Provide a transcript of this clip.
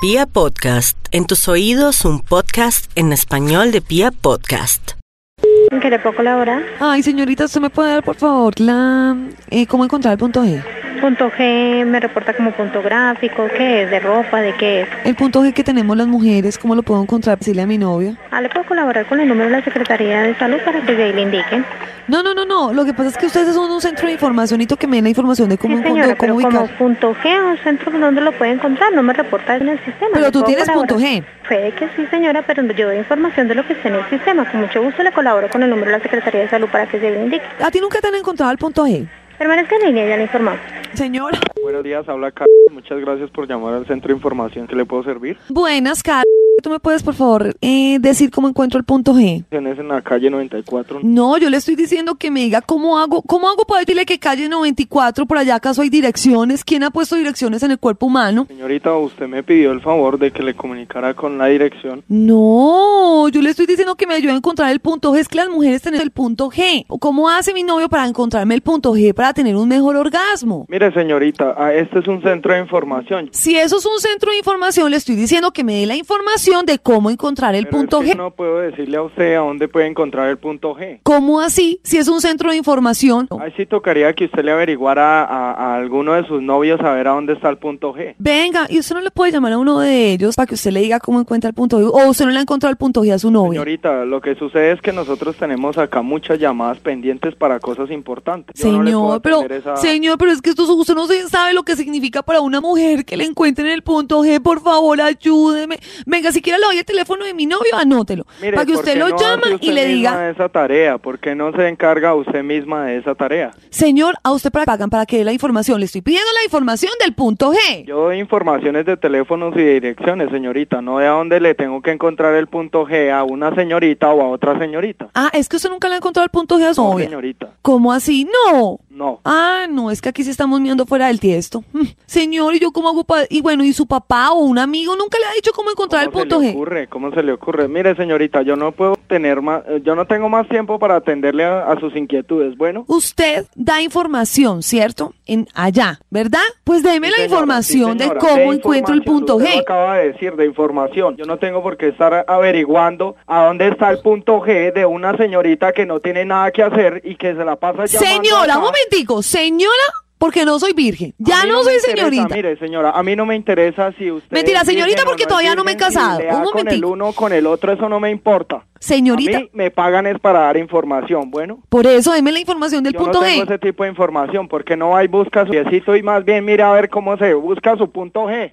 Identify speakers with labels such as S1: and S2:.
S1: Pia Podcast, en tus oídos un podcast en español de Pia Podcast.
S2: ¿En qué le puedo colaborar?
S3: Ay, señorita, ¿usted me puede dar, por favor, la... eh, cómo encontrar el punto G?
S2: Punto G me reporta como punto gráfico, ¿qué es? ¿De ropa? ¿De qué es?
S3: El punto G que tenemos las mujeres, ¿cómo lo puedo encontrar? Decirle a mi novio.
S2: Ah, ¿le puedo colaborar con el número de la Secretaría de Salud para que de ahí le indiquen?
S3: No, no, no, no. Lo que pasa es que ustedes son un centro de información y toquenme la información de cómo,
S2: sí,
S3: encontrar-
S2: señora, pero
S3: cómo
S2: como
S3: ubicar.
S2: punto G es un centro donde lo puede encontrar, no me reporta en el sistema.
S3: Pero
S2: ¿Le
S3: tú
S2: puedo
S3: tienes
S2: colaborar?
S3: punto G.
S2: Puede que sí, señora, pero yo doy información de lo que está en el sistema. Con mucho gusto le colaboro con el número de la Secretaría de Salud para que se le indique.
S3: ¿A ti nunca te han encontrado el punto G?
S2: Permanezca en línea, ya le informamos.
S3: Señora.
S4: Buenos días, habla Carlos. Muchas gracias por llamar al centro de información que le puedo servir.
S3: Buenas, Carlos. ¿Tú me puedes, por favor, eh, decir cómo encuentro el punto G?
S4: Es en la calle 94.
S3: No, yo le estoy diciendo que me diga cómo hago, cómo hago para decirle que calle 94, por allá acaso hay direcciones. ¿Quién ha puesto direcciones en el cuerpo humano?
S4: Señorita, usted me pidió el favor de que le comunicara con la dirección.
S3: No, yo le estoy diciendo que me ayude a encontrar el punto G. Es que las mujeres tienen el punto G. ¿O ¿Cómo hace mi novio para encontrarme el punto G para tener un mejor orgasmo?
S4: Mire, señorita, ah, este es un centro de información.
S3: Si eso es un centro de información, le estoy diciendo que me dé la información de cómo encontrar el
S4: Pero
S3: punto
S4: es que
S3: G.
S4: No puedo decirle a usted a dónde puede encontrar el punto G.
S3: ¿Cómo así? Si es un centro de información.
S4: Ahí sí tocaría que usted le averiguara a, a alguno de sus novios a ver a dónde está el punto G.
S3: Venga, y usted no le puede llamar a uno de ellos para que usted le diga cómo encuentra el punto G. O usted no le ha encontrado el punto G a su novio.
S4: Señorita, lo que sucede es que nosotros tenemos acá muchas llamadas pendientes para cosas importantes. Yo no le puedo
S3: Señor, pero
S4: atender esa-
S3: señor, pero es que esto usted no se- sabe lo que significa para una mujer que le encuentren el punto G, por favor, ayúdeme. Venga, si quiere le doy el teléfono de mi novio, anótelo.
S4: Mire,
S3: para que
S4: ¿por
S3: usted
S4: qué
S3: lo
S4: no hace
S3: llama y
S4: usted
S3: le
S4: misma
S3: diga,
S4: de esa tarea, ¿por qué no se encarga usted misma de esa tarea?
S3: señor, a usted para pagan para que dé la información. Le estoy pidiendo la información del punto G.
S4: Yo doy informaciones de teléfonos y direcciones, señorita, no de a dónde le tengo que encontrar el punto G a una señorita o a otra señorita.
S3: Ah, es que usted nunca le ha encontrado el punto G a su
S4: No,
S3: novia.
S4: señorita,
S3: ¿Cómo así? No.
S4: no.
S3: Ah, no, es que aquí sí estamos mirando fuera del tiesto. Mm, Señor, ¿y yo cómo hago para...? Y bueno, ¿y su papá o un amigo nunca le ha dicho cómo encontrar el
S4: ¿Cómo
S3: punto
S4: se le
S3: G?
S4: ocurre? ¿Cómo se le ocurre? Mire, señorita, yo no puedo tener más, eh, yo no tengo más tiempo para atenderle a, a sus inquietudes, bueno.
S3: Usted da información, ¿cierto? En allá, ¿verdad? Pues déme
S4: Sí,
S3: la
S4: señora,
S3: información
S4: sí,
S3: de
S4: señora.
S3: cómo
S4: De
S3: encuentro el
S4: información,
S3: punto
S4: usted lo
S3: G.
S4: acaba de decir de información. Yo no tengo por qué estar averiguando a dónde está el punto G de una señorita que no tiene nada que hacer y que se la pasa llamando.
S3: Señora,
S4: acá.
S3: un momentico, señora, porque no soy virgen.
S4: A
S3: Ya
S4: mí
S3: no,
S4: me
S3: soy
S4: interesa,
S3: señorita.
S4: Mire, señora, a mí no me interesa si usted.
S3: Mentira,
S4: es
S3: señorita,
S4: virgen o
S3: porque
S4: es
S3: todavía no me he
S4: virgen,
S3: casado.
S4: si le da
S3: Un
S4: Con el
S3: momentico.
S4: uno, o con el otro, eso no me importa.
S3: Señorita,
S4: A mí me pagan es para dar información, bueno.
S3: por eso déme la información del
S4: Yo
S3: punto
S4: no tengo
S3: G.
S4: ese tipo de información porque no hay busca su piecito y más bien mira a ver cómo se busca su punto G.